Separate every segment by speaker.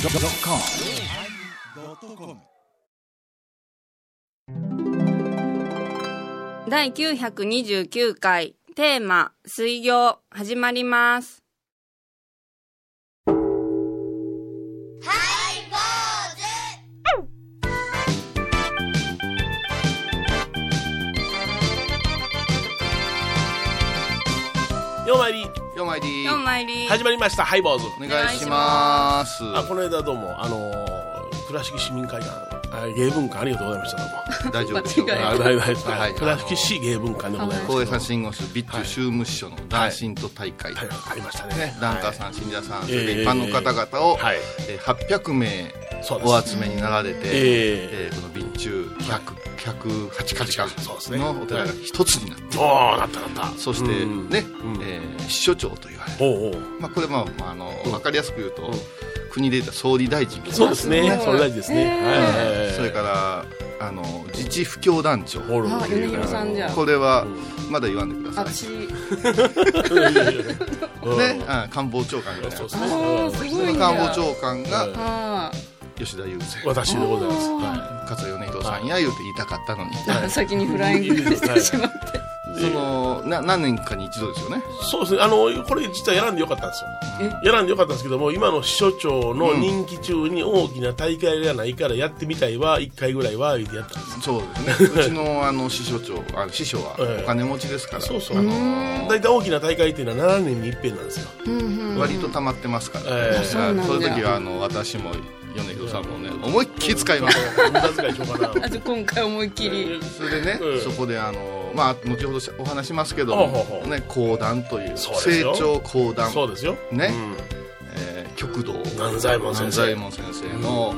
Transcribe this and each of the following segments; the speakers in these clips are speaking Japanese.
Speaker 1: yosmir
Speaker 2: 第929回テーマ「水行」始まります
Speaker 3: ようまいり
Speaker 4: よまいり
Speaker 2: 4枚入り
Speaker 3: 始まりましたハイボーズ
Speaker 4: お願いします
Speaker 3: あこの間どうもあのー倉敷市民会館あ芸文館ありがとうございましたどうも
Speaker 4: 大丈夫ですよ
Speaker 2: 間違い
Speaker 3: あ
Speaker 2: な
Speaker 3: 大丈夫です
Speaker 4: はいはい
Speaker 3: 倉敷市芸文館でございます
Speaker 4: 高江さん信号室ビッチュ州務支所の男神と大会、
Speaker 3: はいありましたね
Speaker 4: ね、ダンカーさん、信者さん、そ
Speaker 3: ええ
Speaker 4: れで一般の方々を、
Speaker 3: はい
Speaker 4: えー800名
Speaker 3: そうです
Speaker 4: お集めになられて、
Speaker 3: え
Speaker 4: えーこの備中100 108か
Speaker 3: そうです
Speaker 4: 所
Speaker 3: ね
Speaker 4: のお寺が一つになって、
Speaker 3: おおーなったなった
Speaker 4: そして
Speaker 3: うん
Speaker 4: ね、
Speaker 3: うん
Speaker 4: えー支所長と言われる、
Speaker 3: おうおう
Speaker 4: まあ、これまあ、まあ、あの分かりやすく言うと、国で言ったら総理大臣みたいな
Speaker 3: そうですねそれ大事ですねはいはいはい
Speaker 4: それからあの自治不況団長
Speaker 3: おるお
Speaker 2: あ
Speaker 3: る
Speaker 2: 米広さんじゃん
Speaker 4: これはまだ言わんでください、
Speaker 2: 私
Speaker 3: うん
Speaker 4: ね、あ官房長官みたい
Speaker 3: そう
Speaker 4: な
Speaker 3: です
Speaker 2: あ
Speaker 3: ね
Speaker 2: ーすごいんだ
Speaker 4: 官房長官が
Speaker 3: うん
Speaker 2: あ
Speaker 4: 吉田優先
Speaker 3: 私でございますは
Speaker 4: 勝米広さんや言うて言いたかったのに、
Speaker 2: ー先にフライングしてしまって
Speaker 4: そのな何年かに一度ですよね
Speaker 3: いそうですねあのこれ実は選んでよかったんですよ選んでよかったんですけども今の支所長の任期中に大きな大会がないからやってみたいは1回ぐらいは言ってやったんです
Speaker 4: そ うですねうちのあの師匠長あの師匠は
Speaker 3: ええ
Speaker 4: お金持ちですから、
Speaker 3: そうそう
Speaker 4: あの
Speaker 3: 大体大きな大会っていうのは7年に一遍なんですよ
Speaker 4: 割と溜まってますから、
Speaker 3: ええあ
Speaker 4: だ
Speaker 3: そう
Speaker 4: か
Speaker 2: なんだ
Speaker 4: らそういう時はあの私も米広さんもね思いっきり使います
Speaker 3: 無駄遣いしようか
Speaker 2: あ
Speaker 3: な
Speaker 2: と今回思いっきり
Speaker 4: それでね、
Speaker 3: ええ
Speaker 4: そこであのまあ後ほどお話しますけど
Speaker 3: ほうほうほう
Speaker 4: ね講談という
Speaker 3: そうです
Speaker 4: 成
Speaker 3: よ
Speaker 4: 長講 談
Speaker 3: そうですよ
Speaker 4: ね、
Speaker 3: うん
Speaker 4: えー極道
Speaker 3: 南左衛門先生
Speaker 4: 南左衛門先生の、よ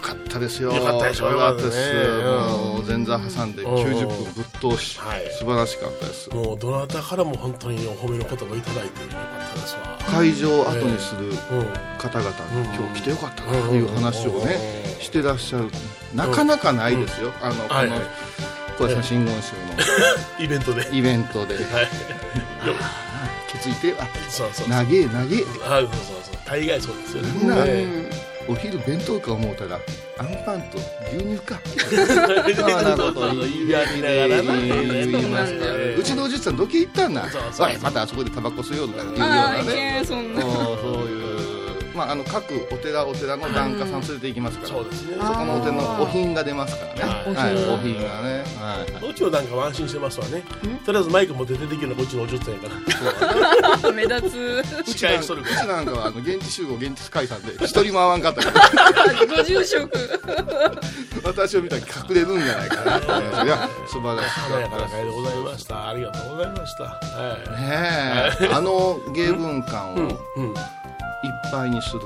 Speaker 4: かったですよ
Speaker 3: よかったでしょ
Speaker 4: よかったです、
Speaker 3: よかったね
Speaker 4: もう前座挟んで
Speaker 3: うん
Speaker 4: 90分ぶっ通し、
Speaker 3: はい
Speaker 4: 素晴らしかったです
Speaker 3: もうどなたからも本当にお褒めの言葉をいただいてよかったですわ
Speaker 4: 会場を後にする
Speaker 3: うん
Speaker 4: 方々、
Speaker 3: うん
Speaker 4: 今日来てよかったなという話をね、
Speaker 3: うん
Speaker 4: してらっしゃるなかなかないですよ、あのこの、
Speaker 3: はいはい
Speaker 4: 小林真言宗
Speaker 3: イベントで
Speaker 4: のイベントで
Speaker 3: はい
Speaker 4: 気づいてあ
Speaker 3: そうそうそう
Speaker 4: 長え長え
Speaker 3: はいそうそうそう大概そうですよね
Speaker 4: みんな
Speaker 3: え
Speaker 4: お昼弁当か思うたらアンパンと牛乳か
Speaker 3: え
Speaker 4: そんなこ
Speaker 3: そ
Speaker 4: と
Speaker 3: うそうそう言
Speaker 4: 言い
Speaker 3: い
Speaker 4: や
Speaker 3: 合
Speaker 4: り
Speaker 3: い
Speaker 4: な
Speaker 3: なが
Speaker 4: がら
Speaker 3: ら
Speaker 4: な
Speaker 3: な
Speaker 4: 言いますから
Speaker 3: ええ
Speaker 4: うちのおじいちゃんどけ行ったんだ
Speaker 3: そうそう
Speaker 4: おいまたあそこでタバコ吸うよとかっていうよう
Speaker 2: あ
Speaker 4: な
Speaker 2: ーい
Speaker 4: ね
Speaker 2: けんそんな
Speaker 4: もうそういう、まあ、あの各お寺お寺の檀家さん連れて行きますから、
Speaker 3: そうですね
Speaker 4: そこのお寺のお品が出ますからね
Speaker 3: あ
Speaker 4: はい、
Speaker 2: お
Speaker 4: お
Speaker 2: 品
Speaker 4: 品がね、は
Speaker 3: うちのなんかは安心してますわねとりあえずマイク持って出てきるのはこっちのお嬢さんやから
Speaker 2: 目立つ
Speaker 4: い、うち
Speaker 3: 近
Speaker 4: ないん
Speaker 3: 人
Speaker 4: う
Speaker 3: る
Speaker 4: ち
Speaker 3: から
Speaker 4: なんかはあの現地集合現地解散で一人も会わんかったから
Speaker 2: ご住職
Speaker 4: 私を見たら隠れるんじゃないか なと思いますいや素晴らし
Speaker 3: 華やか
Speaker 4: か
Speaker 3: な
Speaker 4: った
Speaker 3: 会でございましたありがとうございましたは
Speaker 4: ねえあの芸文館をいっ
Speaker 3: いうん
Speaker 4: ぱいにする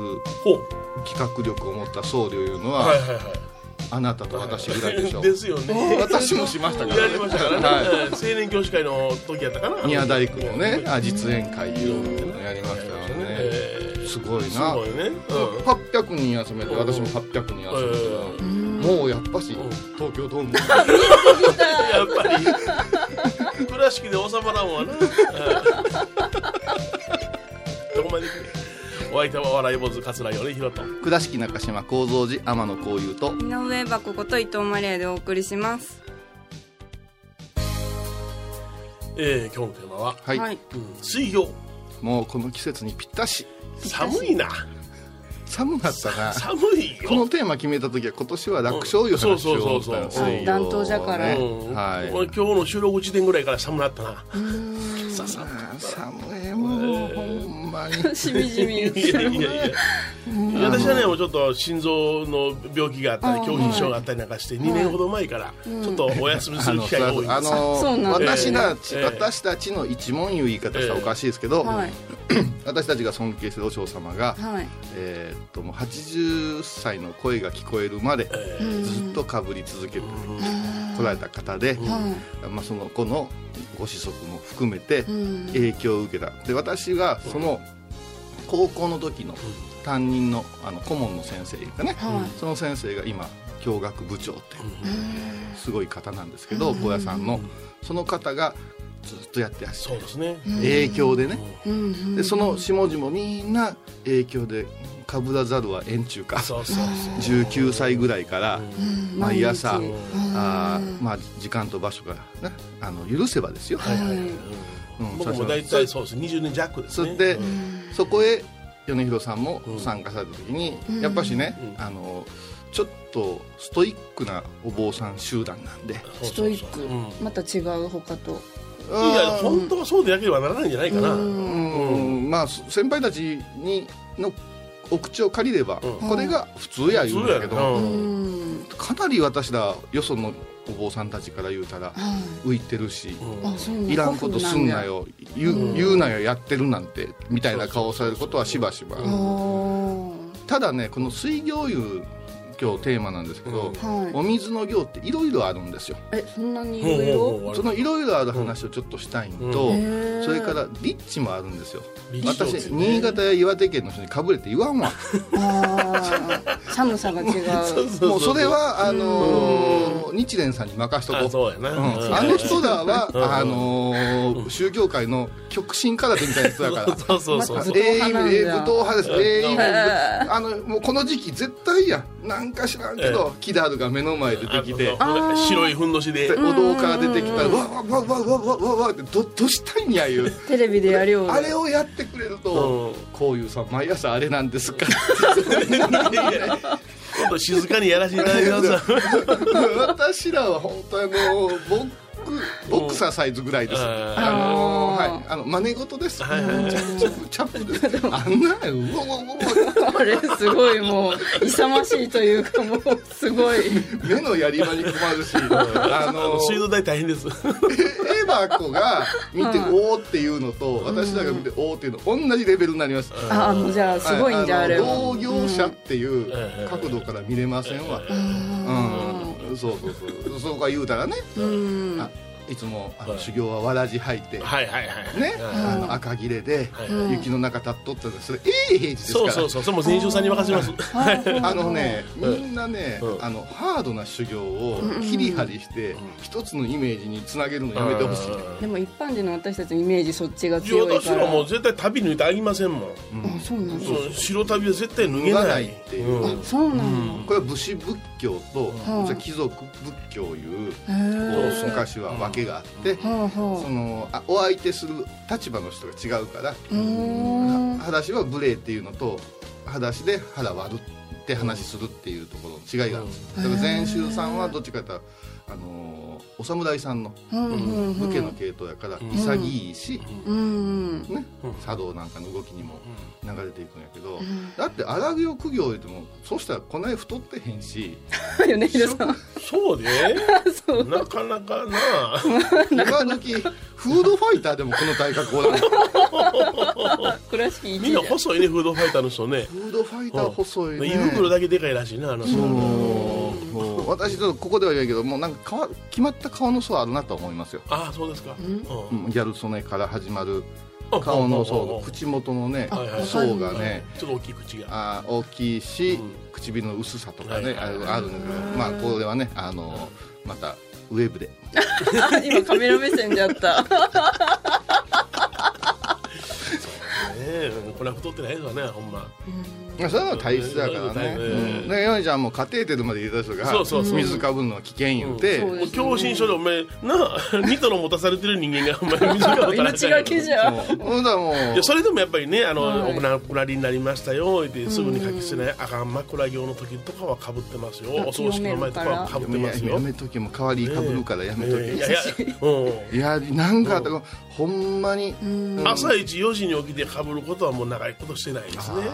Speaker 3: ほう
Speaker 4: 企画力を持った僧侶いうのは、
Speaker 3: はいはいはい
Speaker 4: あなたと私ぐらいでしょ
Speaker 3: ですよね
Speaker 4: 私もしましたから
Speaker 3: やりましたからね、
Speaker 4: は
Speaker 3: 青年教師会の時やったかな。
Speaker 4: い、宮大工のねあ実演会いうのやりましたからね
Speaker 3: えー
Speaker 4: すごい
Speaker 3: す
Speaker 4: な
Speaker 3: ごいね。うん。
Speaker 4: 800人集めて私も800人集めてもうやっぱし
Speaker 3: うん
Speaker 4: 東京ドーム
Speaker 3: やっぱり、倉敷で収まらんわな。うんどこまで行くお相手は笑い坊主桂米広と。
Speaker 4: 倉敷中島幸三寺天野幸雄 と
Speaker 2: 井上箱こと伊藤マリアでお送りします
Speaker 3: えー、今日のテーマは、
Speaker 4: はい、
Speaker 3: うん水曜。
Speaker 4: もうこの季節にぴったし
Speaker 3: 寒いな。
Speaker 4: 寒かったな
Speaker 3: 寒い
Speaker 4: こ
Speaker 3: よ
Speaker 4: の。テーマ決めた時は今年は楽勝いう話を
Speaker 3: うん
Speaker 4: したんです
Speaker 3: そうそうそうそう
Speaker 2: はい暖冬じゃから
Speaker 4: ね
Speaker 3: うん
Speaker 4: はい
Speaker 3: 俺今日の収録時点ぐらいから寒なったな。ささ
Speaker 4: あー寒いもうほんまに
Speaker 2: しみじみ言っ
Speaker 3: い
Speaker 2: て
Speaker 3: や
Speaker 2: る
Speaker 3: いやいや私はねもうちょっと心臓の病気があったり狭心症があったりなんかして2年ほど前からちょっとお休みす
Speaker 4: あ
Speaker 3: る
Speaker 4: の
Speaker 3: 機会が多いん
Speaker 4: あ
Speaker 3: です
Speaker 2: そう
Speaker 4: の
Speaker 2: なんだ
Speaker 4: 私たち、
Speaker 3: ええ
Speaker 4: 私たちの一問いう言い方したらおかしいですけど、
Speaker 2: はい
Speaker 4: 私たちが尊敬する和尚様が、
Speaker 2: はい
Speaker 4: えーっともう80歳の声が聞こえるまでずっとかぶり続けてこられた方で、まあ、その子のご子息も含めて
Speaker 2: ん
Speaker 4: 影響を受けたで私がその高校の時の担任のあの顧問の先生いうかね、
Speaker 2: はい
Speaker 4: その先生が今教学部長っていうすごい方なんですけど、小屋さんのその方がずっとやってらっしゃ
Speaker 3: そう
Speaker 4: る
Speaker 3: ですね。
Speaker 4: 影響でね
Speaker 2: うんうんうん
Speaker 4: でその下地もみんな影響でかぶらざるは円中か
Speaker 3: そうそうそう。
Speaker 4: 19歳ぐらいから毎朝、
Speaker 2: 毎日
Speaker 4: あーまあ、時間と場所が、ね、あの許せばですよ、うん
Speaker 3: 僕も大体そうです。20年弱です
Speaker 4: そ
Speaker 3: ね。
Speaker 4: れで、
Speaker 3: うん
Speaker 4: そこへ米広さんも
Speaker 3: うん
Speaker 4: 参加された時に、やっぱしね、
Speaker 3: うん
Speaker 4: あのちょっとストイックなお坊さん集団なんで、
Speaker 2: ストイック、
Speaker 3: うん
Speaker 2: また違う他と
Speaker 3: いや
Speaker 4: あー
Speaker 3: 本当はそうでなければならないんじゃないかな。
Speaker 4: うんまあ先輩たちにのお口を借りれば、
Speaker 3: うん
Speaker 4: これが普通や言うんだけど、
Speaker 2: う
Speaker 3: うん
Speaker 2: ん
Speaker 4: かなり私らよそのお坊さんたちから言うたら浮いてるし。
Speaker 2: あそうなん
Speaker 4: いらんことすんなよ言う,、言うなよやってるなんてみたいな顔をされることはしばしば、
Speaker 2: あー
Speaker 4: ただねこの水行湯今日テーマなんですけど、
Speaker 2: はい
Speaker 4: お水の行っていろいろあるんですよ
Speaker 2: えそんなにいろいろ
Speaker 4: そのいろいろある話をちょっとしたいのと、
Speaker 2: へー
Speaker 4: それから立地もあるんですよ
Speaker 3: 立地
Speaker 4: 私
Speaker 3: ですね
Speaker 4: 新潟や岩手県の人にかぶれて言わ んわ
Speaker 2: あー寒さが違う
Speaker 4: もうそれはあのー日蓮さんに任し
Speaker 3: あ
Speaker 4: とこう
Speaker 3: そうやな。
Speaker 4: うんあの人らはあのー宗教界の極真空手みたいな人だから
Speaker 3: そうそうそうそう。
Speaker 4: ええ
Speaker 2: 武闘派なんだ
Speaker 4: ええ武闘派です。ええ
Speaker 3: うん
Speaker 4: あのもうこの時期絶対やん。なんか知らんけど、キダールが目の前で出てきて、
Speaker 3: あ白いふんどしで
Speaker 4: で。お堂から出てきたらわわわわわわわわってどどしたいんやいう。
Speaker 2: テレビでやるような
Speaker 4: あれをやってくれると、こういうさん毎朝あれなんですか。
Speaker 3: 今度静かにやらせていただき ます。
Speaker 4: 私らは本当にあのボックボクサーサイズぐらいです。
Speaker 3: うん
Speaker 4: あのはいあの真似事です。チ
Speaker 3: はいはいはい
Speaker 4: ャップチャップです。あんなうわわわわ。
Speaker 2: あれすごいもう勇ましいというかもうすごい
Speaker 4: 目のやり場に困るし、あ
Speaker 3: あ
Speaker 4: の
Speaker 3: の水道代大変です。
Speaker 4: エヴァ子が見て「おー」っていうのと私らが見て「おー」っていうの同じレベルになりました
Speaker 2: ああもうじゃあすごいんじゃあ
Speaker 4: は
Speaker 2: あ
Speaker 4: い
Speaker 2: れ
Speaker 4: の
Speaker 2: は
Speaker 4: 同業者っていう
Speaker 3: うん
Speaker 4: 角度から見れませんわうんそうそうそうそこが言うたらね
Speaker 2: うん
Speaker 4: あいつもあ
Speaker 3: は
Speaker 4: の
Speaker 3: い
Speaker 4: 修行はわらじ履いてね
Speaker 3: はいはいはい。。
Speaker 4: あの赤切れで
Speaker 3: はい
Speaker 4: 雪の中立っとったんですそれええ平地です
Speaker 3: そう
Speaker 4: か
Speaker 3: そ
Speaker 4: ら
Speaker 3: うそう。それも全集さんに任せます。
Speaker 4: あのねみんなね
Speaker 3: うん
Speaker 4: あのハードな修行を切り張りして一つのイメージにつなげるのやめてほしい
Speaker 2: でも一般人の私たちのイメージそっちが
Speaker 3: いや
Speaker 2: 強い
Speaker 3: 私
Speaker 2: からら
Speaker 3: もう絶対旅抜いてありませんもん。
Speaker 2: あそうなの
Speaker 3: その白旅は絶対脱げ
Speaker 4: 脱が
Speaker 3: な
Speaker 4: ない
Speaker 3: い
Speaker 4: っていう
Speaker 2: あそうなの
Speaker 4: これは武士仏教と、
Speaker 2: うん
Speaker 4: それ貴族仏教いう、
Speaker 2: へえ
Speaker 4: こう昔は分けがあって、
Speaker 2: はあは
Speaker 4: そのあお相手する立場の人が違うから、
Speaker 2: あうーん
Speaker 4: 裸足は無礼っていうのと裸足で腹割るって話するっていうところの違いがあるんです、だから禅宗さんはどっちかというとあのお侍さんの
Speaker 2: うんうん
Speaker 4: 武家の系統やから潔いし、
Speaker 2: うん
Speaker 4: ね、茶道なんかの動きにも流れていくんやけど、だって荒行苦行言ってもそうしたらこない太ってへんし。
Speaker 2: 米広さん
Speaker 3: そうでなかなかな
Speaker 4: 今時フードファイターでもこの体格をだね
Speaker 2: 倉敷一
Speaker 3: みんな細いねフードファイターの人ね
Speaker 4: フードファイター細いね
Speaker 3: 胃袋だけでかいらしいなあの人
Speaker 4: うん私ちょっとここでは言えんけどもうなんか顔決まった顔の層あるなと思いますよ、
Speaker 3: ああそうですかう
Speaker 4: うんん、ギャル曽根から始まる顔の層の口元のね
Speaker 3: はいはい
Speaker 4: 層がね
Speaker 3: ちょっと大きい口が
Speaker 4: あー大きいし、
Speaker 3: うん
Speaker 4: 唇の薄さとか
Speaker 3: は
Speaker 4: ね、
Speaker 3: いはいはい
Speaker 4: あるあるんだけどまあこれはねあのまたウェブで
Speaker 2: あ今カメラ目線であった
Speaker 3: ねえこれは太ってないですわねほんま
Speaker 4: まあそういうのは体質だからね、
Speaker 3: う
Speaker 4: うんん、でヨネちゃんもカテーテルまで入れた人
Speaker 3: そうそうそ
Speaker 4: が
Speaker 3: う
Speaker 4: 水かぶるのは危険言うて、
Speaker 2: うんそう
Speaker 3: もう狭心症でお前なあニトロ持たされてる人間がお前水が持たれ
Speaker 2: 命
Speaker 3: て
Speaker 2: が
Speaker 3: る
Speaker 2: け
Speaker 3: い
Speaker 2: じゃ
Speaker 4: そうほんだらもう
Speaker 3: やそれでもやっぱりねあの、
Speaker 2: はい
Speaker 3: お亡くなりになりましたよってすぐに書き捨てないあかん枕業の時とかはかぶってますよお葬式の前とかはかぶってます
Speaker 4: や
Speaker 3: よ
Speaker 4: めとけもう代わりかぶるからやめとけ、
Speaker 3: ええいやいやうん
Speaker 4: いやなんかあったかほんまにうん
Speaker 3: 朝一4時に起きてかぶることはもう長いことしてないですね。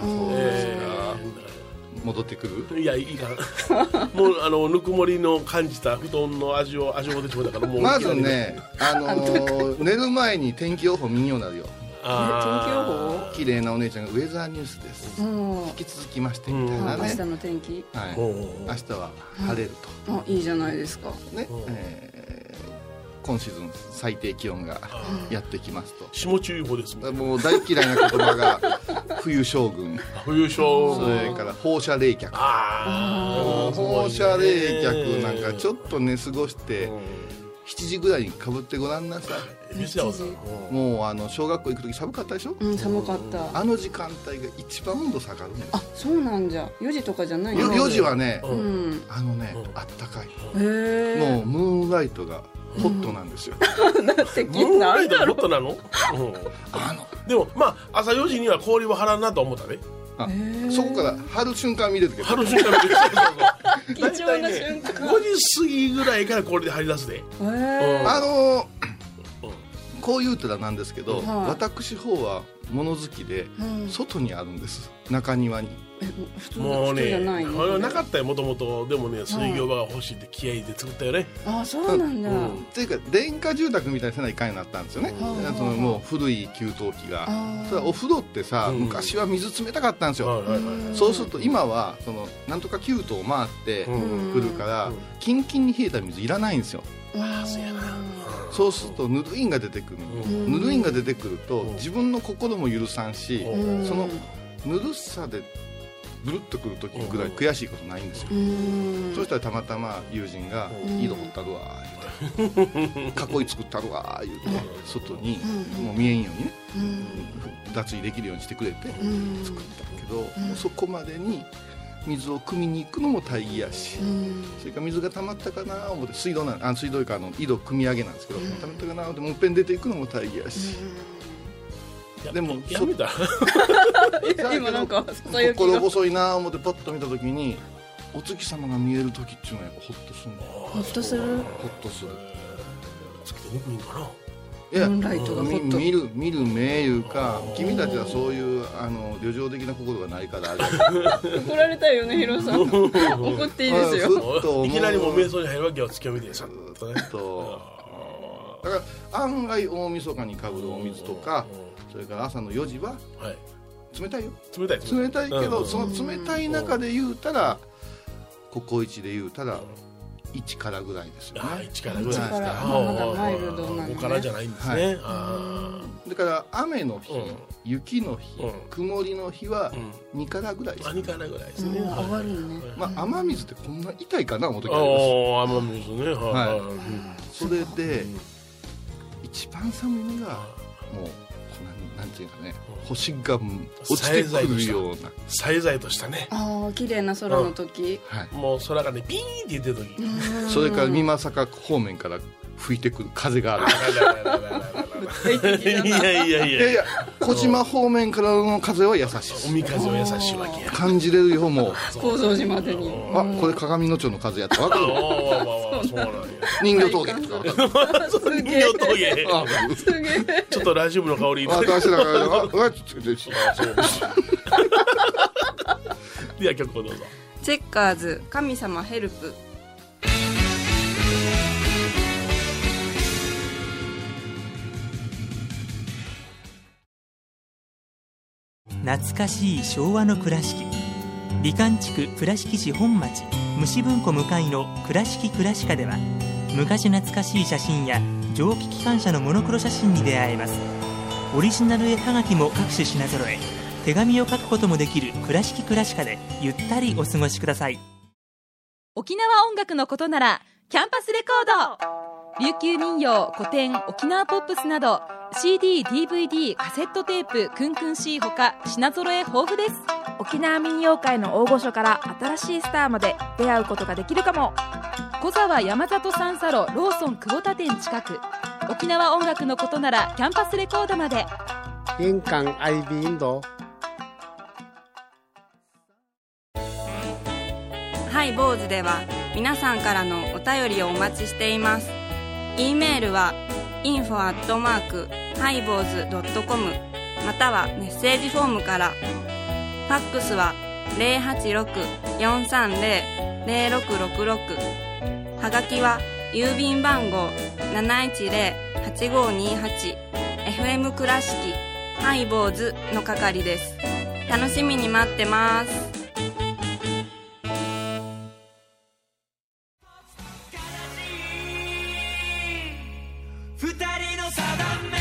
Speaker 3: え
Speaker 4: 戻ってくる
Speaker 3: えいやいかん もうあのぬくもりの感じた布団の味を味わってしまったからもう
Speaker 4: まずね、あのー寝る前に天気予報見んようになるよ
Speaker 3: あ
Speaker 4: 綺麗なお姉ちゃんがウェザーニュースです、
Speaker 2: うん
Speaker 4: 引き続きましてみたいな
Speaker 2: あ明
Speaker 4: ね、
Speaker 2: 日の天気
Speaker 4: はい、
Speaker 3: うん
Speaker 4: 明日は晴れる
Speaker 2: あいいじゃないですか
Speaker 4: と、ねえー今シーズン最低気温がやってきますと
Speaker 3: ー下注意報ですもん
Speaker 4: もう大嫌いな言葉が冬将軍
Speaker 3: 冬将
Speaker 4: それから放射冷却
Speaker 3: ああ
Speaker 4: 放射冷却なんかちょっと寝過ごして7時ぐらいにかぶってごらんなさい
Speaker 3: 店はさん
Speaker 4: もうあの小学校行く時寒かったでしょ、
Speaker 2: うん、寒かった。
Speaker 4: あの時間帯が一番温度下がるね
Speaker 2: あ、そうなんじゃ。4時とかじゃない
Speaker 4: よ
Speaker 2: の
Speaker 4: 4時はね、
Speaker 3: うん
Speaker 2: うん。
Speaker 4: あのね、
Speaker 3: うん
Speaker 4: あったか
Speaker 2: へ
Speaker 4: い、
Speaker 2: え。
Speaker 4: もうムーンライトがホットなんですよ、
Speaker 2: 素敵
Speaker 3: ムー ン
Speaker 2: な
Speaker 3: ラ
Speaker 2: ん
Speaker 3: イト
Speaker 2: だ
Speaker 3: の
Speaker 2: ろ
Speaker 3: ことなの、うん
Speaker 4: あの
Speaker 3: でもまあ朝4時には氷は張らんなと思った ね
Speaker 4: あ
Speaker 2: ー
Speaker 4: そこから張る瞬間見れるけど
Speaker 3: 張る瞬間に
Speaker 2: う。貴重な瞬間。
Speaker 3: 5時過ぎぐらいから氷で張り出すで、
Speaker 2: へ
Speaker 3: うん
Speaker 4: あの
Speaker 3: うん
Speaker 4: ーこう言うたらなんですけど、
Speaker 2: はい
Speaker 4: 私方は物好きで
Speaker 2: え。うん
Speaker 4: 外にあるんです中庭に
Speaker 2: え普通
Speaker 3: も
Speaker 2: の
Speaker 3: う
Speaker 2: 人じゃ
Speaker 3: ね
Speaker 2: ない
Speaker 3: これはなか
Speaker 2: っ
Speaker 3: ったよもともとでもね水餃場が欲しいって気合いで作ったよね、
Speaker 2: た。あ、そうなんだ。
Speaker 3: うん
Speaker 4: というか電化住宅みたいなせないかんようになったんですよね、
Speaker 2: うん
Speaker 4: そのもう古い給湯器が
Speaker 2: あー
Speaker 4: ただお風呂ってさ、
Speaker 3: うん
Speaker 4: 昔は水冷たかったんですよ、
Speaker 3: はいはいはいはい
Speaker 4: そうすると今はそのなんとか給湯を回って
Speaker 3: うん
Speaker 4: くるから、
Speaker 3: うん
Speaker 4: キンキンに冷えた水いらないんですよ
Speaker 2: あー
Speaker 3: そうやな
Speaker 4: そうするとぬるいんが出てくる、
Speaker 3: うん
Speaker 4: ぬるいんが出てくると
Speaker 3: うん
Speaker 4: 自分の心も許さんし、
Speaker 2: うん
Speaker 4: そのぬるさでぶるっとくる時ぐらい悔しいことないんですよ、
Speaker 2: うん
Speaker 4: そしたらたまたま友人が
Speaker 3: う
Speaker 4: 「
Speaker 2: ん
Speaker 4: 井戸掘ったるわ」 言うて「囲い作ったるわ」言うて外に
Speaker 2: うん
Speaker 4: もう見えんようにね
Speaker 2: うん
Speaker 4: 脱衣できるようにしてくれて
Speaker 2: うん
Speaker 4: 作ったけど
Speaker 2: ん
Speaker 4: もうそこまでに水を汲みに行くのも大義やし
Speaker 2: うん
Speaker 4: それから水が溜まったかな思って水道なあ水道いうかあの井戸汲み上げなんですけど溜まったかな思ってもう一遍出ていくのも大義やし
Speaker 3: や
Speaker 4: でも
Speaker 3: やめた
Speaker 4: だけど
Speaker 2: 今なんかそういう気
Speaker 4: 心
Speaker 2: が
Speaker 4: 細いな思ってパッと見た時にお月様が見える時っていうのはやっぱホッとするんだよ
Speaker 2: ほっとする
Speaker 4: ホッとする
Speaker 3: 月と肉にかな、
Speaker 4: いや
Speaker 2: ムーンライトがホ
Speaker 4: み
Speaker 2: ッと
Speaker 4: 見る見る目いうか
Speaker 3: うん
Speaker 4: 君たちはそういうあの旅情的な心がないからあ れ
Speaker 2: 怒られたいよねヒロさん怒っていいです
Speaker 4: あー
Speaker 2: よ
Speaker 4: ふっと思う
Speaker 3: いきなりもう瞑想に入るわけよ月を見てさっとね
Speaker 4: ふっとだから案外大晦日にかぶるお水とかそれから朝の4時は
Speaker 3: はい
Speaker 4: 冷たいよ
Speaker 3: 冷たい
Speaker 4: 冷たいけど、
Speaker 3: うん
Speaker 4: その冷たい中で言うたらココイチで言うたら1からぐらいですよ
Speaker 3: ああ
Speaker 4: ね
Speaker 3: 一からぐらいです
Speaker 4: 一から
Speaker 3: かあ
Speaker 2: まだマイルドなのね
Speaker 3: ここからじゃないんですね、
Speaker 4: は
Speaker 3: あ
Speaker 4: だから雨の日、
Speaker 3: うん
Speaker 4: 雪の日、
Speaker 3: うん
Speaker 4: 曇りの日は
Speaker 3: あうん
Speaker 4: 2からぐらいです、
Speaker 3: あ二からぐらいです
Speaker 2: もう
Speaker 3: ね、はい
Speaker 2: 上がるね
Speaker 4: まあ、雨水ってこんな痛いかな思う時あります
Speaker 3: ああ甘みですねはい、
Speaker 4: はい
Speaker 3: はいうん
Speaker 4: それで一番寒いのがもうこんななんていうかね星が落ちてくるような、
Speaker 3: さえざえとしたね
Speaker 2: ああ綺麗な空の時
Speaker 4: はい、
Speaker 3: もう空がねピーンって言ってる時
Speaker 4: それから美作方面から吹いてくる風がある
Speaker 3: あらららららら
Speaker 2: 快適
Speaker 3: ら
Speaker 2: だ
Speaker 3: い
Speaker 2: な
Speaker 3: やいやい
Speaker 4: いや
Speaker 3: や
Speaker 4: いや小島方面からの風は優しいです
Speaker 3: おみ風を優しいわけや
Speaker 4: 感じれるよもう
Speaker 2: 構造寺までに
Speaker 4: あこれ鏡野町の風やったわ
Speaker 3: あ
Speaker 4: か
Speaker 3: あ
Speaker 4: る
Speaker 3: わわわわそうなんや
Speaker 4: 人形峠とかわかる
Speaker 3: それ人形峠
Speaker 4: あ
Speaker 2: すげえ
Speaker 3: ちょっとラジウムの香り
Speaker 4: あ私らからああちょっとちょっと
Speaker 3: では曲をどうぞ
Speaker 2: チェッカーズ神様ヘルプ
Speaker 1: 懐かしい昭和の倉敷美観地区倉敷市本町虫文庫向かいの「倉敷倉歯科」では昔懐かしい写真や蒸気機関車のモノクロ写真に出会えますオリジナル絵はがきも各種品揃え手紙を書くこともできる「倉敷倉歯科」でゆったりお過ごしください
Speaker 5: 沖縄音楽のことならキャンパスレコード琉球民謡古典沖縄ポップスなど CDDVD カセットテープクンクン C ほか品揃え豊富です
Speaker 6: 沖縄民謡界の大御所から新しいスターまで出会うことができるかも
Speaker 5: 小沢山里三佐路ローソン久保田店近く沖縄音楽のことならキャンパスレコードまで
Speaker 7: 沿港 IB 印度。
Speaker 2: ハイボーズでは皆さんからのお便りをお待ちしています。e メールは info アットマークハイボーズドットコムまたはメッセージフォームから。ファックスは086-430-0666はがきは郵便番号710-8528 FM 倉敷ハイボーズの係です。楽しみに待ってます。
Speaker 8: 二人の定め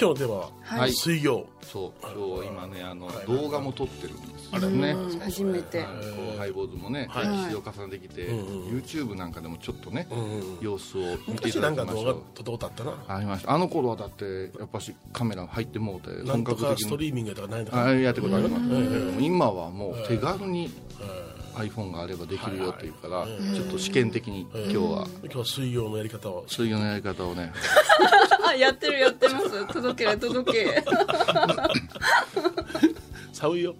Speaker 3: 今日のテーマは、
Speaker 4: は
Speaker 9: はいい。
Speaker 3: 水曜
Speaker 4: そう今日は今ねあの
Speaker 3: はい
Speaker 4: 動画も撮ってるんですよ
Speaker 9: うん
Speaker 4: ね
Speaker 9: 初めて。
Speaker 4: はいこうハイボーズもね
Speaker 3: はい
Speaker 4: 歴史を重ねてきて
Speaker 3: うんうん
Speaker 4: YouTube なんかでもちょっとね
Speaker 3: うんうん
Speaker 4: 様子を見てい
Speaker 3: 昔
Speaker 4: た
Speaker 3: な
Speaker 4: だ
Speaker 3: んか
Speaker 4: きま
Speaker 3: 動
Speaker 4: し
Speaker 3: 画
Speaker 4: ょう
Speaker 3: 撮ったったな
Speaker 4: ありましたあの頃はだってやっぱしカメラ入ってもうて
Speaker 3: なん
Speaker 4: 本
Speaker 3: と
Speaker 4: 格
Speaker 3: か
Speaker 4: 的
Speaker 3: スト
Speaker 4: に
Speaker 3: リーミングとかないとか
Speaker 4: あやってことあります
Speaker 3: うんうん
Speaker 4: うん今はもう手軽に iPhone があればできるよっていうからちょっと試験的に今日は
Speaker 3: 今日は水曜のやり方を
Speaker 4: そういうようなやり方をね
Speaker 9: あ、やってるやってます。届け届け。
Speaker 3: 寒いよ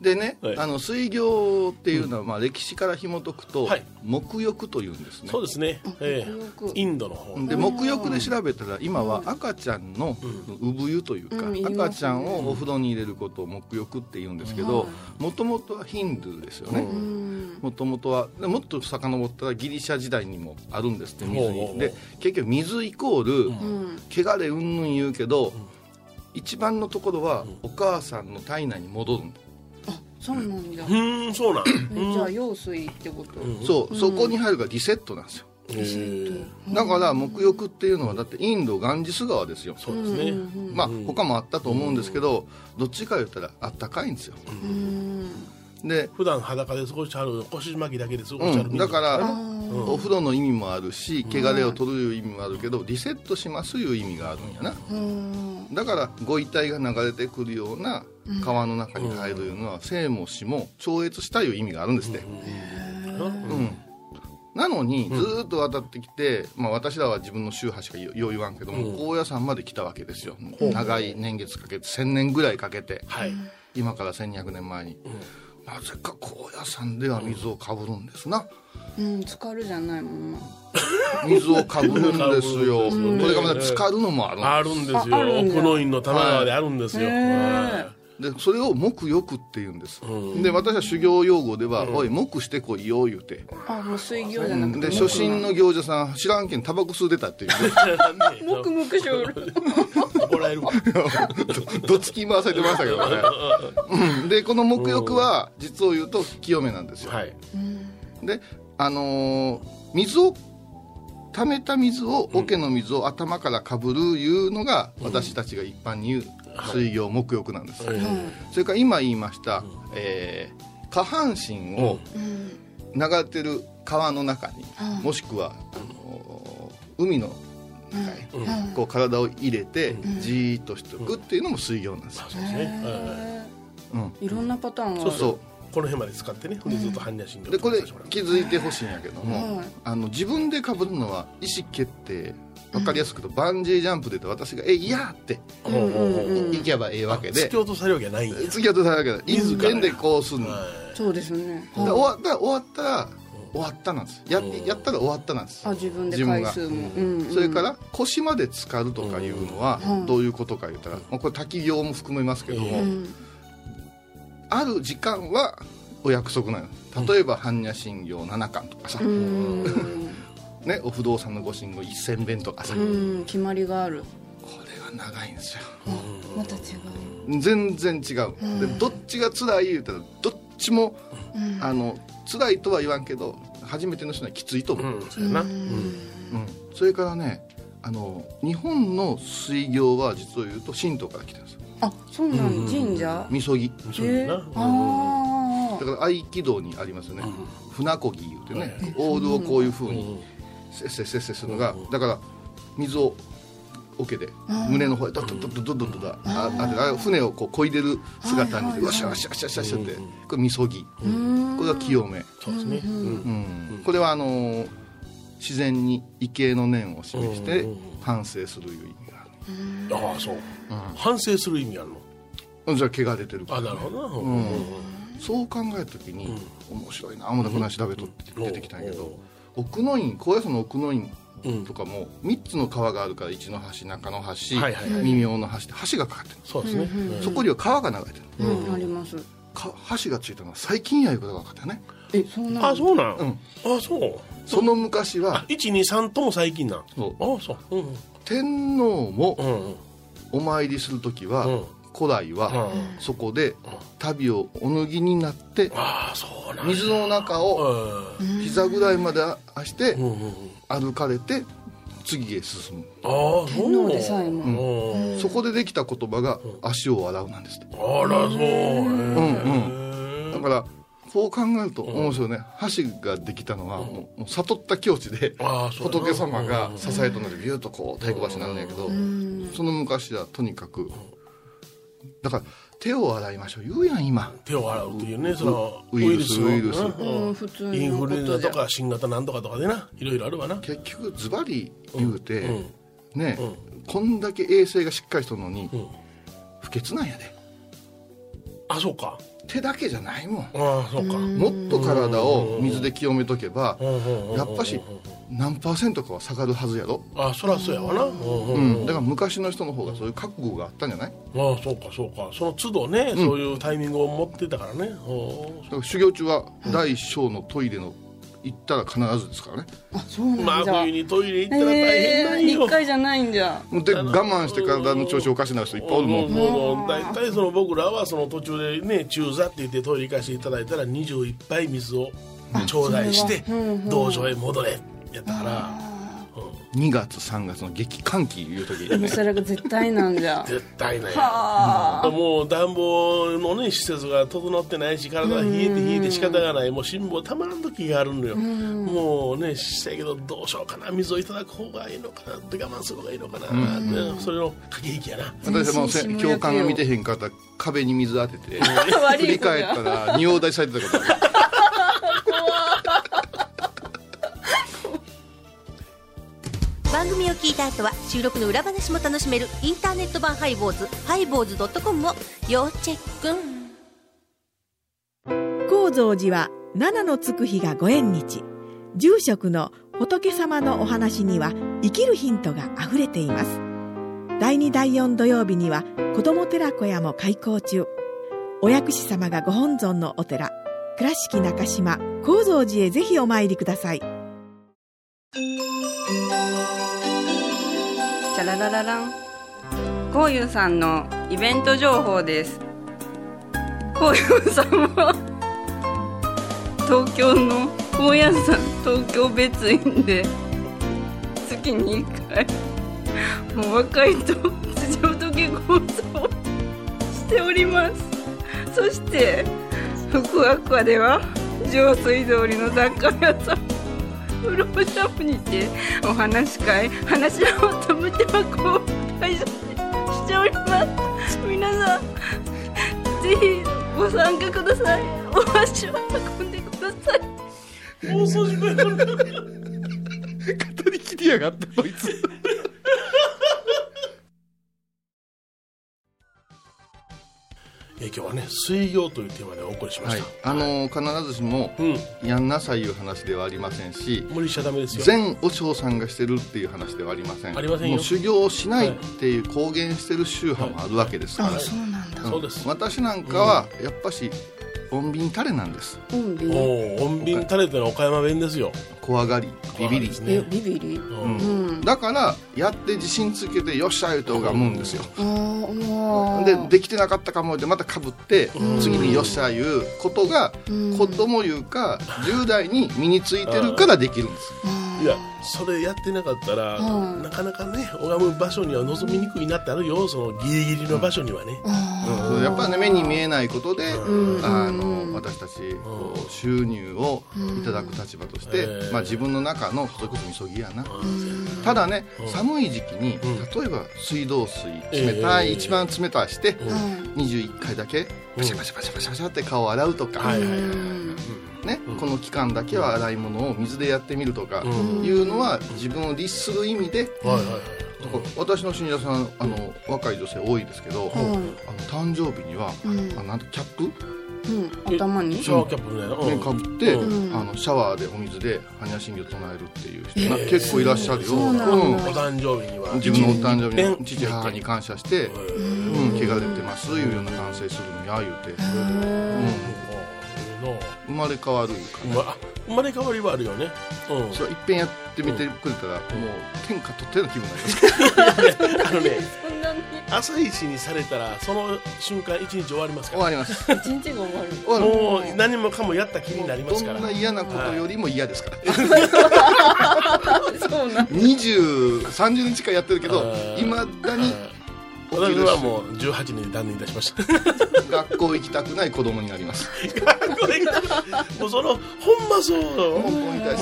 Speaker 4: でね、
Speaker 3: はい
Speaker 4: あの水行っていうのはまあ歴史から紐解くと、
Speaker 3: はい
Speaker 4: 沐浴というんですね
Speaker 3: そうですねええ
Speaker 9: 沐浴
Speaker 3: インドの方
Speaker 4: で沐浴で調べたら今は赤ちゃんの産湯というか、
Speaker 9: うん言いますね
Speaker 4: 赤ちゃんをお風呂に入れることを沐浴って言うんですけどもともとはヒンドゥーですよね
Speaker 9: うん。
Speaker 4: もともとはでもっと遡ったらギリシャ時代にもあるんですって水
Speaker 3: ほうほうほ
Speaker 4: に
Speaker 3: う
Speaker 4: で結局水イコール、
Speaker 9: うん。
Speaker 4: 汚れうんぬん言うけど、一番のところはお母さんの体内に戻るんだ
Speaker 9: そうなんだ
Speaker 3: う。ーんそうなん
Speaker 9: えじゃあ用水ってこと。
Speaker 3: うん
Speaker 4: そう、そこに入るがリセットなんですよ
Speaker 3: ええ
Speaker 4: だから沐浴っていうのはだってインドガンジス川ですよ、
Speaker 3: そうですね
Speaker 4: まあ他もあったと思うんですけどどっちか言ったらあったかいんですよ
Speaker 9: うん。
Speaker 4: で、
Speaker 3: 普段裸で過ごしてはる腰巻きだけで過ごし
Speaker 4: う
Speaker 3: てはる
Speaker 4: ん、だか
Speaker 3: う
Speaker 4: ら
Speaker 9: あ
Speaker 3: ん
Speaker 4: お風呂の意味もあるし汚れを取る意味もあるけどリセットしますいう意味があるんやな
Speaker 9: ーうん。
Speaker 4: だからご遺体が流れてくるような川の中に入るいうのは生も死も超越したいう意味があるんですって、うん、なのにずーっと渡ってきて、まあ、私らは自分の宗派しかよう言わんけども、高野山まで来たわけですよ、長い年月かけて1000年ぐらいかけて
Speaker 3: はい
Speaker 4: 今から1200年前に、なぜか高野山では水をかぶるんですな、
Speaker 9: うん。浸かるじゃないもんな。
Speaker 4: 水をかぶる んですよ、
Speaker 3: ぶるんですよね
Speaker 4: これがまた浸かるのもあるんです
Speaker 3: あるんで
Speaker 9: あ
Speaker 3: す
Speaker 9: あ
Speaker 3: よ
Speaker 9: るんだ
Speaker 3: 奥の院の玉川であるんですよは
Speaker 4: でそれを「沐浴」って言うんです、で私は修行用語では「おい沐してこいよ」言うて、
Speaker 9: あ、もう水行じゃなくて。
Speaker 4: で初心の行者さん知らんけんタバコ吸うてたっていう ね
Speaker 3: い
Speaker 9: もくもくしょる。
Speaker 3: 怒られるわ
Speaker 4: どどつき回されてましたけどね、うん、でこの沐浴は実を言うと清めなんですよ、
Speaker 3: はい
Speaker 4: であのー水を溜めた水を桶の水を頭からかぶるいうのが私たちが一般に言う水行沐浴なんです、それから今言いました、えー下半身を流れてる川の中に、もしくはあのー海の中に、こう体を入れて、じーっとしておくっていうのも水行なんですよ、
Speaker 3: そうですねはい
Speaker 4: うん
Speaker 9: いろんなパターンがあ
Speaker 3: そう
Speaker 9: る。
Speaker 3: そうこの辺まで使ってねほんでずっと般若心経
Speaker 4: でこれ
Speaker 3: 使わせて
Speaker 4: 気づいてほしいんやけども、
Speaker 9: はい
Speaker 4: あの自分でかぶるのは意思決定わかりやすく言うと、バンジージャンプで言うと私が「えいや!」って
Speaker 3: もらうほうほうほう
Speaker 4: 行けばええわけ
Speaker 3: 突
Speaker 4: で
Speaker 3: き落とされるわけないんや
Speaker 4: 突き落とされるわけで一
Speaker 3: らや
Speaker 4: 遍でこうすんの、
Speaker 9: そうですよね。
Speaker 4: で終わったら終わったら終わったなんですやってやったら終わったなんです
Speaker 9: あ、自分で
Speaker 4: 自分
Speaker 9: 回
Speaker 4: が
Speaker 9: 数も。うんうん
Speaker 4: それから腰まで浸かるとかいうのはどういうことか言ったら、まあこれ滝行も含めますけども、
Speaker 9: ん
Speaker 4: ある時間はお約束なの例えば般若心経7巻とかさ、
Speaker 9: うん。
Speaker 4: ね、お不動産のご神号1000遍とかさ、
Speaker 9: うん。決まりがある。
Speaker 4: これが長いんですよ
Speaker 9: また違う。
Speaker 4: 全然違う、でどっちが辛い言うたらどっちも、あの辛いとは言わんけど初めての人にはきついと思う、
Speaker 3: うんそうやな
Speaker 4: うんそれからねあの日本の水行は実を言うと神道から来てるんです
Speaker 9: あ、そうなの。神社。
Speaker 4: みそぎ
Speaker 3: そうやな
Speaker 9: えあ
Speaker 4: だから合気道にありますよね、船こぎ言うてね、オールをこういうふうにせっせっせっせするのが、だから水を桶で胸の方へドドドドドドドドあああ船をこう漕いでる姿にわしゃわしゃわしゃわしゃわしゃってこれみそぎこれは清め、
Speaker 3: そうですねうん
Speaker 4: うんこれはあのー自然に畏敬の念を示して反省するいう意味がある
Speaker 3: ああそう反省する意味あるの
Speaker 4: うんそれは汚れてるから
Speaker 3: あなるほどなうん
Speaker 4: そう考えた時に、面白いなもうなこの調べとって
Speaker 3: うん
Speaker 4: 出てきたんやけど、奥の院高野山の奥の院
Speaker 3: うん
Speaker 4: とかも3つの川があるから一の橋中の橋、
Speaker 3: はいはいはい
Speaker 4: 微妙の橋って橋がかかってる、
Speaker 3: そうですね
Speaker 4: そこには川が流れてる、
Speaker 9: うん。あります。
Speaker 4: か橋がついたのは最近やいうことが分かったよね
Speaker 9: え、そうな
Speaker 3: あ
Speaker 9: の。
Speaker 3: そうなん
Speaker 4: うん
Speaker 3: あそう
Speaker 4: その昔
Speaker 3: あ
Speaker 4: は
Speaker 3: 123とも最近なんあ
Speaker 4: そう
Speaker 3: そううん
Speaker 4: 天皇
Speaker 3: う
Speaker 4: も
Speaker 3: んうん
Speaker 4: お参りする時は、
Speaker 3: うん
Speaker 4: 古来は
Speaker 3: うん
Speaker 4: そこで旅をお脱ぎになって
Speaker 3: ああそうなん
Speaker 4: 水の中
Speaker 3: う
Speaker 4: を
Speaker 3: ん
Speaker 4: 膝ぐらいまであして
Speaker 3: うんうんうん
Speaker 4: 歩かれて次へ進む、
Speaker 3: ああそう
Speaker 9: 脳でさえ
Speaker 3: う
Speaker 9: も。
Speaker 3: ん
Speaker 4: そこでできた言葉が足を洗うなんですって
Speaker 3: あらそうへ
Speaker 4: だからこう考えると面白いね箸ができたのはもうもう悟った境地で
Speaker 3: ああそうだな
Speaker 4: 仏様が支えとなるビューッとこう太鼓橋になるんやけどその昔はとにかくだから手を洗いましょう言うやん今
Speaker 3: 手を洗うっていうねその
Speaker 4: ウイルス
Speaker 3: の
Speaker 4: ウイルス
Speaker 3: うん
Speaker 9: うん普通の
Speaker 3: インフルエンザ
Speaker 9: こと
Speaker 3: と
Speaker 9: で
Speaker 3: か新型なんとかとかでないろいろあるわな
Speaker 4: 結局ズバリ言うて、
Speaker 3: うん
Speaker 4: ね、こんだけ衛生がしっかりしとるのに、
Speaker 3: ん
Speaker 4: 不潔なんやで
Speaker 3: あそうか
Speaker 4: 手だけじゃないもん
Speaker 3: ああそうか
Speaker 4: もっと体を水で清めとけば
Speaker 3: うんうんうん
Speaker 4: やっぱし何パーセントかは下がるはずやろ、
Speaker 3: あそらそうやわなうんう
Speaker 4: うんん、だから昔の人の方がそういう覚悟があったんじゃない
Speaker 3: ああそうかそうかその都度ねそういうタイミングを持ってたからねお
Speaker 4: だから修行中は大小のトイレの行ったら必ずですからね
Speaker 9: あそう
Speaker 3: ま
Speaker 9: な
Speaker 3: あ
Speaker 9: んじゃ
Speaker 3: 冬。にトイレ行ったら大変
Speaker 9: え
Speaker 3: な
Speaker 9: え
Speaker 3: んよ
Speaker 9: 一回じゃないんじゃ。
Speaker 4: で我慢して体の調子おかしな人いっぱいおるもん
Speaker 3: もうもう大体その僕らはその途中でね中座って言ってトイレ行かせていただいたら21杯水を頂戴して道場へ戻れやったから
Speaker 4: 2月3月の激寒期いう時
Speaker 9: でもそれが絶対なんじゃ。
Speaker 3: 絶対ない
Speaker 9: あ
Speaker 3: もう暖房のね施設が整ってないし体が冷えて冷えて仕方がないもう辛抱たまらん時があるのよもうねしたいけどどうしようかな水をいただく方がいいのかなって我慢する方がいいのかな、でそれの駆け引きやな
Speaker 4: 私はもうせ
Speaker 9: 全身下
Speaker 4: 教官が見てへんかったら壁に水当て て
Speaker 9: あ。悪
Speaker 4: 振り
Speaker 9: い子
Speaker 4: 返っ
Speaker 9: じゃ
Speaker 4: た。 ら仁王台されてたことある
Speaker 10: 番組を聞いた後は収録の裏話も楽しめるインターネット版ハイボーズハイボーズドットコムを要チェック
Speaker 11: 高蔵寺は七のつく日がご縁日住職の仏様のお話には生きるヒントがあふれています第2第4土曜日には子ども寺小屋も開校中お薬師様がご本尊のお寺倉敷中島・高蔵寺へぜひお参りください
Speaker 2: チャラララランこうゆうさんのイベント情報ですこうゆうさんは東京の高野山東京別院で月に1回もう若いと地上と結婚をしておりますそして福アクアでは上水通りの雑貨屋さんフローシャープにてお話し会話し合おうと無茶箱を開催しております皆さんぜひご参加くださいお足を運んでください
Speaker 3: 放送時間
Speaker 4: 語りきりやがったこいつ
Speaker 3: え今日はね水曜というテーマでお送りしま
Speaker 4: は
Speaker 3: し
Speaker 4: い
Speaker 3: た、、
Speaker 4: あのー必ずしも
Speaker 3: う
Speaker 4: やんなさいいう話ではありませんし
Speaker 3: ん無理しちゃダメですよ
Speaker 4: 全和尚さんがしてるっていう話ではありません
Speaker 3: ありませんよ
Speaker 4: もう修行をしないっていう公言してる宗派もあるわけですから、
Speaker 9: そうなんだ。
Speaker 4: ん
Speaker 3: そうです
Speaker 4: 私なんかはやっぱし穏便タレなんです
Speaker 9: うんビ
Speaker 3: お
Speaker 9: ビ
Speaker 3: お穏便垂れての岡山弁ですよ
Speaker 4: 怖がりビビり
Speaker 3: です
Speaker 9: え
Speaker 3: ね
Speaker 9: ビビリ。
Speaker 3: う
Speaker 4: うんんだからやって自信つけてよっしゃ言うとがむんですよ、
Speaker 9: あーもう
Speaker 4: でできてなかったかもってまたかぶって次によっしゃいうことが
Speaker 9: うん
Speaker 4: 子供いうか10代に身についてるからできるんです
Speaker 3: いやそれやってなかったら、
Speaker 9: うん
Speaker 3: なかなかね拝む場所には望みにくいなってあるよそのギリギリの場所にはね、
Speaker 4: うんやっぱりね目に見えないことで、
Speaker 3: う
Speaker 4: あの私たちこう収入をいただく立場として、
Speaker 3: うん
Speaker 4: まあ、自分の中のそれこそ急ぎやな、ただね、寒い時期に、例えば水道水冷たい、
Speaker 3: ええ
Speaker 4: 一番冷たいして、
Speaker 3: ん
Speaker 4: 21回だけパシャパシャパシャパシャパシャって顔を洗うとか、
Speaker 3: はいはいはいはい
Speaker 4: ね、この期間だけは洗い物を水でやってみるとか
Speaker 3: う
Speaker 4: いうのは自分を律する意味で、
Speaker 3: はいはいはい
Speaker 4: 私の信者さんあの若い女性多いですけど、あの誕生日には、
Speaker 9: ん
Speaker 4: あなんとキャップ
Speaker 9: うん頭に
Speaker 3: シャワーキャップみたいな、
Speaker 4: ね、かぶって、
Speaker 9: うん
Speaker 4: あのシャワーでお水で般若心経を唱えるっていう
Speaker 3: え
Speaker 4: 人が
Speaker 3: ー
Speaker 4: 結構いらっしゃるよ、
Speaker 9: そうなんだ
Speaker 3: お誕生日には
Speaker 4: 自分のお誕生日
Speaker 3: うん
Speaker 4: に父母に感謝して
Speaker 3: え、
Speaker 4: う
Speaker 3: ー
Speaker 4: ん、怪我出てますいうような反省するのや言うて、うん
Speaker 3: の
Speaker 4: 生まれ変わるいうか
Speaker 3: 生まあ生まれ変わりはあるよね、うん、
Speaker 4: それいっぺんやってみてくれたら、もう天下取っての気分になります
Speaker 3: あのね
Speaker 9: そんなに
Speaker 3: 朝一にされたらその瞬間一日終わりますから
Speaker 4: 終わります
Speaker 9: 一日が終わる
Speaker 3: もう何もかもやった気になりますから
Speaker 4: どんな嫌なことよりも嫌ですから、
Speaker 9: そうなん
Speaker 4: 2030日間やってるけどいまだに
Speaker 3: 私はもう18年で断念いたしました
Speaker 4: 学校行きたくない子供になります
Speaker 3: これもうそのほんまそう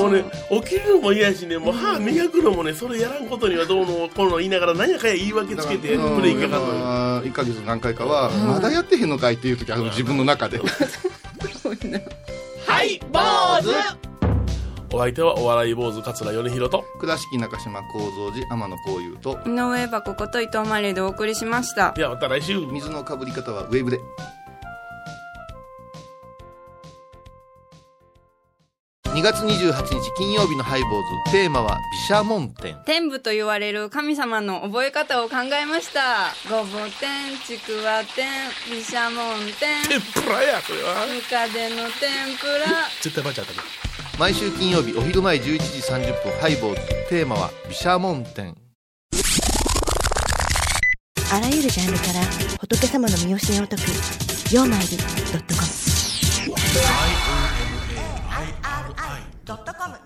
Speaker 3: もうね起きるのも嫌やしねもう歯磨くのもねそれやらんことにはどうのこうの言いながら何やかんや言い訳つけてブレーキかかるのに
Speaker 4: 1か月何回かはまだやってへんのかいっていう時あの自分の中で
Speaker 8: はい坊主
Speaker 3: お相手はお笑い坊主桂米広と
Speaker 4: 倉敷中島幸三寺天野幸雄と
Speaker 2: 井上はここと伊藤マリーでお送りしました
Speaker 3: ではまた来週
Speaker 4: 水のかぶり方はウェーブで2月28日金曜日のハイボーズテーマは毘沙門天
Speaker 2: 天部と言われる神様の覚え方を考えましたごぼ天ちくわ天毘沙門天
Speaker 3: 天ぷらやそれは
Speaker 2: ムカデの天ぷら
Speaker 3: 絶対バチ当たる
Speaker 4: 毎週金曜日お昼前11時30分ハイボーズテーマは毘沙門天
Speaker 10: あらゆるジャンルから仏様の身教えを解く「曜マイルドットコム」「IOMAI.com」